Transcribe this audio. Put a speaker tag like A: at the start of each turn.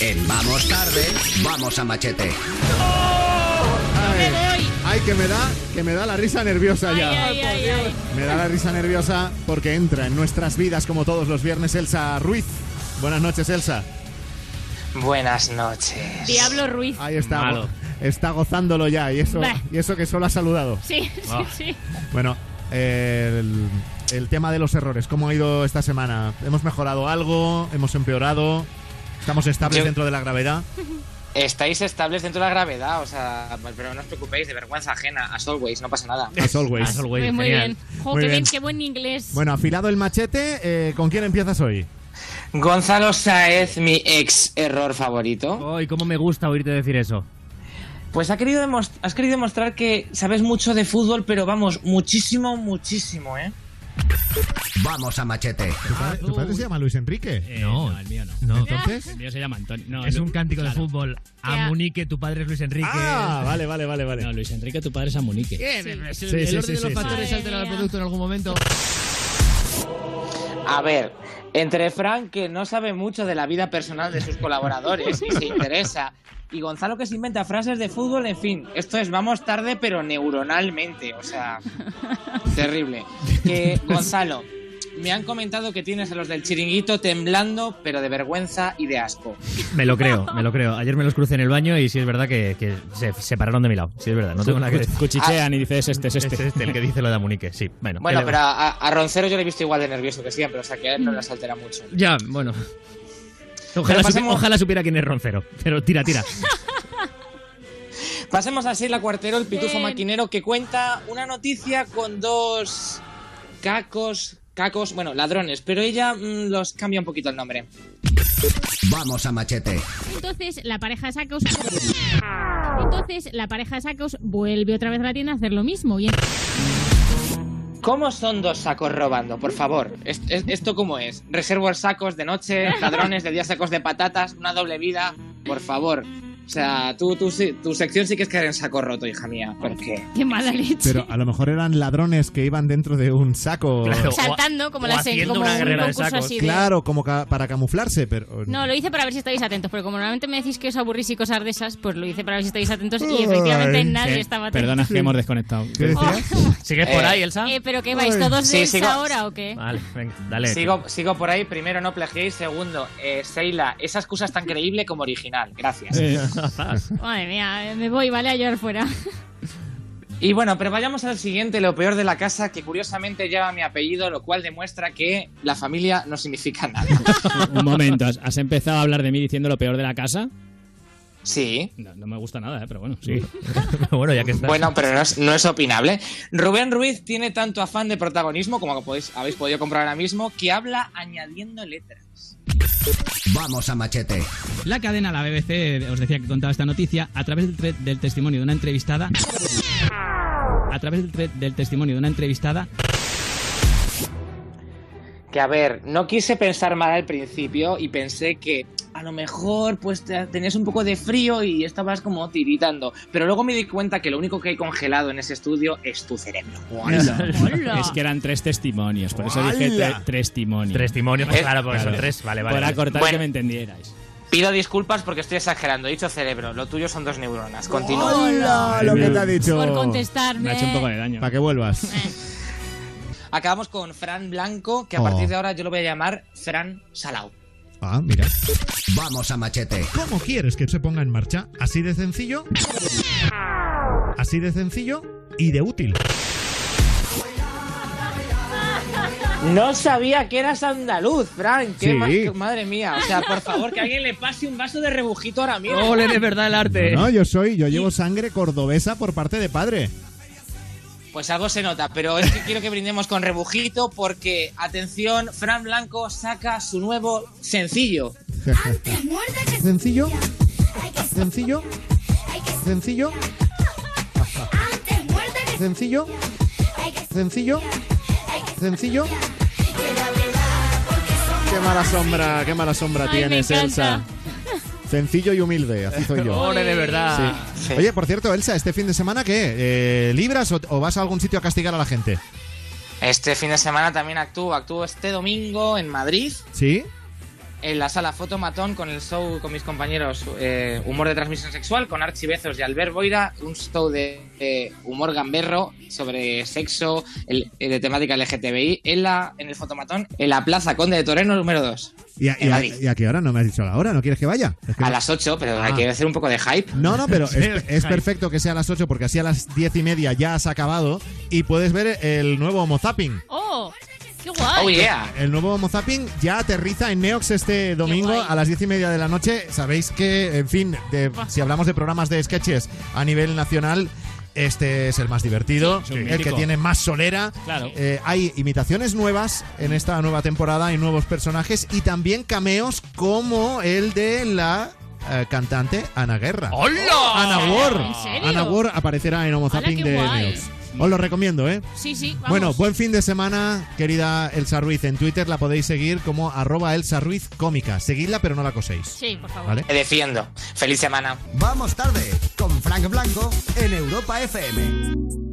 A: En Vamos Tarde, vamos a machete.
B: Ay,
C: me voy.
B: ay, que me da, que me da la risa nerviosa
C: Ay,
B: ya.
C: ay, ay, ay.
B: Me da la risa nerviosa porque entra en nuestras vidas como todos los viernes Elsa Ruiz. Buenas noches, Elsa.
D: Buenas noches.
C: Diablo Ruiz.
B: Ahí está.
E: Malo.
B: Está gozándolo ya y eso,
C: Bah.
B: y eso que solo ha saludado.
C: Sí, sí,
E: Ah.
C: sí.
B: Bueno, el, el tema de los errores. ¿Cómo ha ido esta semana? ¿Hemos mejorado algo? ¿Hemos empeorado? ¿Estamos estables
D: Yo-
B: dentro de la gravedad?
D: Estáis estables dentro de la gravedad, o sea, pero no os preocupéis, de vergüenza ajena, as always, no pasa nada.
B: As always.
E: As
C: Muy,
E: always. Güey,
C: muy
E: Pues genial.
C: bien. Jo,
B: Muy
C: qué
B: bien.
C: bien, qué buen inglés.
B: Bueno, afilado el machete, eh, ¿con quién empiezas hoy?
D: Gonzalo Saez, mi ex error favorito.
E: Ay, cómo me gusta oírte decir eso.
D: Pues ha querido demos- has querido demostrar que sabes mucho de fútbol, pero vamos, muchísimo, muchísimo, ¿eh?
A: Vamos a machete.
B: ¿Tu padre, tu padre se llama Luis Enrique?
F: Eh,
E: No.
F: no. el mío no. ¿Eh?
E: No,
B: Entonces...
F: El mío se llama Antonio. No,
E: es
F: Lu-
E: un cántico
F: claro.
E: de fútbol.
C: Ya.
E: Amunique, tu padre es Luis Enrique.
B: Ah, vale, vale, vale, vale.
F: No, Luis Enrique, tu padre es Amunique.
E: ¿Qué?
C: Sí.
E: Es el,
B: Sí,
E: el
B: sí,
E: orden
B: sí,
E: de los
B: sí,
E: factores
C: sí.
E: altera el
C: Madre mía.
E: producto en algún momento.
D: A ver, entre Frank, que no sabe mucho de la vida personal de sus colaboradores y se interesa, y Gonzalo, que se inventa frases de fútbol, en fin, esto es vamos tarde, pero neuronalmente, o sea, terrible. Que, Gonzalo, me han comentado que tienes a los del chiringuito temblando, pero de vergüenza y de asco.
E: Me lo creo, me lo creo. Ayer me los crucé en el baño y sí es verdad que, que se separaron de mi lado. Sí es verdad, no tengo nada que decir.
F: Cuchichean y dices, este es
E: Es
F: este.
E: este el que dice lo de Amunique, sí. Bueno,
D: Bueno,
E: que le-
D: pero a, a Roncero yo le he visto igual de nervioso que siempre, o sea que a él no le altera mucho.
E: Ya, bueno. Ojalá, supi-
D: pasemos-
E: ojalá supiera quién es Roncero. Pero tira, tira.
D: Pasemos a Sheila Cuartero, el pitufo
C: Bien.
D: maquinero, que cuenta una noticia con dos cacos, cacos, bueno, ladrones, pero ella mm, los cambia un poquito el nombre.
A: Vamos a machete.
C: Entonces la pareja de sacos. Entonces la pareja de sacos vuelve otra vez a la tienda a hacer lo mismo. Y en-
D: ¿Cómo son dos sacos robando? Por favor, Es- es- ¿esto cómo es? Reservos sacos de noche, ladrones de día sacos de patatas, una doble vida, por favor. O sea, tú, tú sí- tu sección sí que es caer en saco roto, hija mía, porque...
C: Qué mala leche.
B: Pero a lo mejor eran ladrones que iban dentro de un saco.
E: Claro.
C: Saltando como
E: o
C: la
E: haciendo
C: como
E: una
C: un
E: carrera de
C: concurso
E: sacos.
C: así de-
B: Claro, como ca- para camuflarse, pero... oh,
C: No, lo hice para ver si estáis atentos, porque como normalmente me decís que os aburrís y cosas de esas, pues lo hice para ver si estáis atentos y efectivamente
B: Ay,
C: nadie
F: Eh,
C: estaba atento.
F: Perdona, es que hemos desconectado. Oh.
B: ¿Qué decías?
E: ¿Sigues por ahí, Elsa?
C: Eh, ¿Pero qué vais, todos
D: Sí,
C: de
D: sigo-
C: esa ahora o qué?
E: Vale, venga, dale.
D: Sigo, sigo por ahí, primero no plagiéis, segundo, eh, Sheila, esa excusa es tan creíble como original, gracias.
F: Eh,
C: Madre mía, eh, me voy, vale, a llorar fuera.
D: Y bueno, pero vayamos al siguiente, lo peor de la casa, que curiosamente lleva mi apellido, lo cual demuestra que la familia no significa nada.
F: un momento, ¿has- ¿has empezado a hablar de mí diciendo lo peor de la casa?
D: Sí.
F: No, no me gusta nada, eh, pero bueno, sí.
E: bueno, ya que estás.
D: Bueno, pero no es, no es opinable. Rubén Ruiz tiene tanto afán de protagonismo, como podéis, habéis podido comprar ahora mismo, que habla añadiendo letras.
A: Vamos a machete.
F: La cadena, la BBC, os decía que contaba esta noticia, a través del, tre- del testimonio de una entrevistada... A través del, tre- del testimonio de una entrevistada...
D: Que a ver, no quise pensar mal al principio y pensé que a lo mejor pues te- tenías un poco de frío y estabas como tiritando. Pero luego me di cuenta que lo único que hay congelado en ese estudio es tu cerebro.
C: Hola.
F: Es que eran tres testimonios, por eso dije
B: ¡Hala!
F: tres testimonios.
E: Tres testimonios.
D: Eh,
E: pues Claro, porque son
F: claro.
E: tres. Vale, vale.
F: Para
E: vale.
F: cortar
D: Bueno.
F: que me entendierais.
D: Pido disculpas porque estoy exagerando. He dicho cerebro, lo tuyo son dos neuronas. Continúa.
B: ¡Hola! Lo que te ha dicho.
C: Por contestarme. Eh.
F: Me ha hecho un poco de daño.
B: Para que vuelvas.
D: Acabamos con Fran Blanco, que a
B: Oh.
D: partir de ahora yo lo voy a llamar Fran Salau.
B: Ah, mira.
A: Vamos a machete.
B: ¿Cómo quieres que se ponga en marcha? Así de sencillo. Así de sencillo y de útil.
D: No sabía que eras andaluz, Fran. Qué
B: Sí.
D: ma- qué- madre mía. O sea, por favor, que alguien le pase un vaso de rebujito ahora mismo.
E: Ole, de verdad el arte.
B: No, yo soy, yo llevo sangre cordobesa por parte de padre.
D: Pues algo se nota, pero es que quiero que brindemos con rebujito porque, atención, Fran Blanco saca su nuevo sencillo.
B: Sencillo, sencillo, sencillo, sencillo, sencillo, sencillo. Qué mala sombra, qué mala sombra
C: Ay, me
B: tienes,
C: encanta.
B: Elsa. Sencillo y humilde, así soy yo.
E: Ole, de verdad.
D: Sí.
B: Oye, por cierto, Elsa, ¿este fin de semana qué? Eh, ¿Libras o, o vas a algún sitio a castigar a la gente?
D: Este fin de semana también actúo. Actúo este domingo en Madrid.
B: ¿Sí?
D: en la sala Fotomatón con el show con mis compañeros eh, Humor de Transmisión Sexual, con Archie Bezos y Albert Boira, un show de eh, humor gamberro sobre sexo, el- eh, de temática LGTBI, en, la, en el Fotomatón, en la Plaza Conde de Toreno número 2.
B: ¿Y a, y
D: en
B: a-
D: Madrid.
B: y a qué hora? No me has dicho la hora, ¿no quieres que vaya? Es que
D: A
B: no-
D: las 8, pero
B: Ah.
D: hay que hacer un poco de hype.
B: No, no, pero
E: Sí,
B: es, es
E: ahí.
B: perfecto que sea a las 8 porque así a las 10 y media ya has acabado y puedes ver el nuevo Homo Zapping.
G: ¡Oh! ¡Qué
D: Oh
G: guay!
D: yeah.
B: El nuevo Homo Zapping ya aterriza en Neox este domingo
G: guay.
B: a las 10 y media de la noche. Sabéis que, en fin, de- si hablamos de programas de sketches a nivel nacional, este es el más divertido,
E: Sí, sí,
B: el que
E: mítico.
B: tiene más solera.
E: Claro.
B: Eh, hay imitaciones nuevas en esta nueva temporada, hay nuevos personajes y también cameos como el de la eh, cantante Ana Guerra.
E: ¡Hola!
B: Ana Wor.
G: ¿En serio?
B: Ana Wor aparecerá en Homo
G: Hola,
B: Zapping
G: qué
B: de
G: guay.
B: Neox. Os lo recomiendo, ¿eh?
G: Sí, sí, vamos.
B: Bueno, buen fin de semana, querida Elsa Ruiz. En Twitter la podéis seguir como arroba Elsa Ruiz Cómica. Seguidla, pero no la coséis.
G: Sí, por favor.
B: ¿Vale?
D: Te defiendo. Feliz semana.
A: Vamos tarde con Frank Blanco en Europa FM.